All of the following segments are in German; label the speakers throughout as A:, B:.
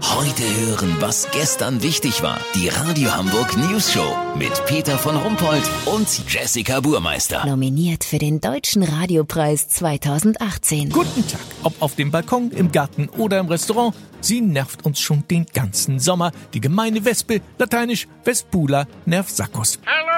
A: Heute hören, was gestern wichtig war. Die Radio Hamburg News Show mit Peter von Rumpold und Jessica Burmeister.
B: Nominiert für den Deutschen Radiopreis 2018.
C: Guten Tag, ob auf dem Balkon, im Garten oder im Restaurant, sie nervt uns schon den ganzen Sommer. Die gemeine Wespe, lateinisch Vespula nervsacus.
D: Hallo!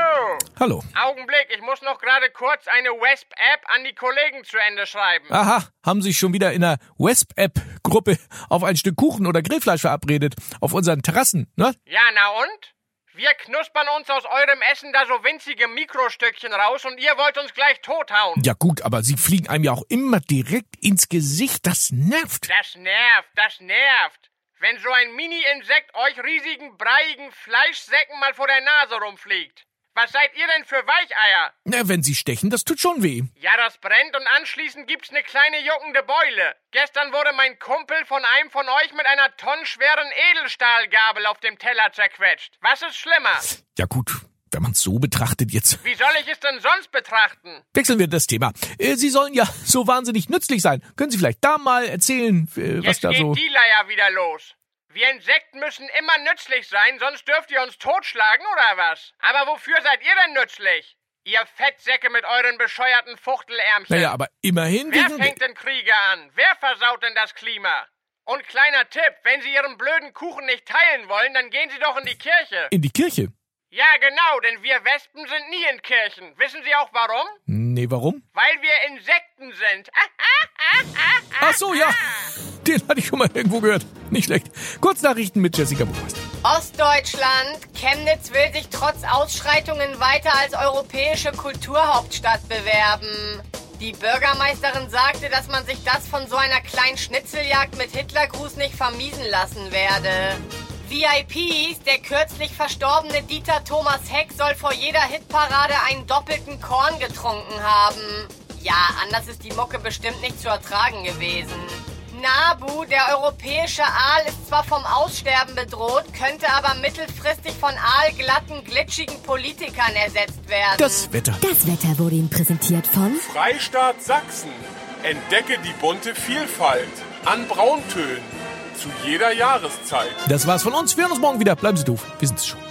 C: Hallo.
D: Augenblick, ich muss noch gerade kurz eine Wesp-App an die Kollegen zu Ende schreiben.
C: Aha, haben sich schon wieder in der Wesp-App-Gruppe auf ein Stück Kuchen oder Grillfleisch verabredet. Auf unseren Terrassen, ne?
D: Ja, na und? Wir knuspern uns aus eurem Essen da so winzige Mikrostückchen raus und ihr wollt uns gleich tothauen.
C: Ja gut, aber sie fliegen einem ja auch immer direkt ins Gesicht. Das nervt.
D: Das nervt, das nervt. Wenn so ein Mini-Insekt euch riesigen, breiigen Fleischsäcken mal vor der Nase rumfliegt. Was seid ihr denn für Weicheier?
C: Na, wenn sie stechen, das tut schon weh.
D: Ja, das brennt und anschließend gibt's eine kleine juckende Beule. Gestern wurde mein Kumpel von einem von euch mit einer tonnenschweren Edelstahlgabel auf dem Teller zerquetscht. Was ist schlimmer?
C: Ja gut, wenn man's so betrachtet jetzt.
D: Wie soll ich es denn sonst betrachten?
C: Wechseln wir das Thema. Äh, Sie sollen ja so wahnsinnig nützlich sein. Können Sie vielleicht da mal erzählen, äh, was
D: Jetzt
C: da
D: geht
C: so...
D: die Leier wieder los. Wir Insekten müssen immer nützlich sein, sonst dürft ihr uns totschlagen oder was? Aber wofür seid ihr denn nützlich? Ihr Fettsäcke mit euren bescheuerten Fuchtelärmchen.
C: Naja, aber immerhin
D: Wer
C: gegen...
D: fängt denn Kriege an? Wer versaut denn das Klima? Und kleiner Tipp, wenn Sie Ihren blöden Kuchen nicht teilen wollen, dann gehen Sie doch in die Kirche.
C: In die Kirche.
D: Ja, genau, denn wir Wespen sind nie in Kirchen. Wissen Sie auch warum?
C: Nee, warum?
D: Weil wir Insekten sind. Ah.
C: Ach so, ja. Den hatte ich schon mal irgendwo gehört. Nicht schlecht. Kurznachrichten mit Jessica Buchmeister.
E: Ostdeutschland. Chemnitz will sich trotz Ausschreitungen weiter als europäische Kulturhauptstadt bewerben. Die Bürgermeisterin sagte, dass man sich das von so einer kleinen Schnitzeljagd mit Hitlergruß nicht vermiesen lassen werde. VIPs, der kürzlich verstorbene Dieter Thomas Heck soll vor jeder Hitparade einen doppelten Korn getrunken haben. Ja, anders ist die Mucke bestimmt nicht zu ertragen gewesen. NABU, der europäische Aal, ist zwar vom Aussterben bedroht, könnte aber mittelfristig von aalglatten, glitschigen Politikern ersetzt werden.
C: Das Wetter.
B: Das Wetter wurde Ihnen präsentiert von
F: Freistaat Sachsen. Entdecke die bunte Vielfalt an Brauntönen zu jeder Jahreszeit.
C: Das war's von uns. Wir hören uns morgen wieder. Bleiben Sie doof. Wir sind's schon.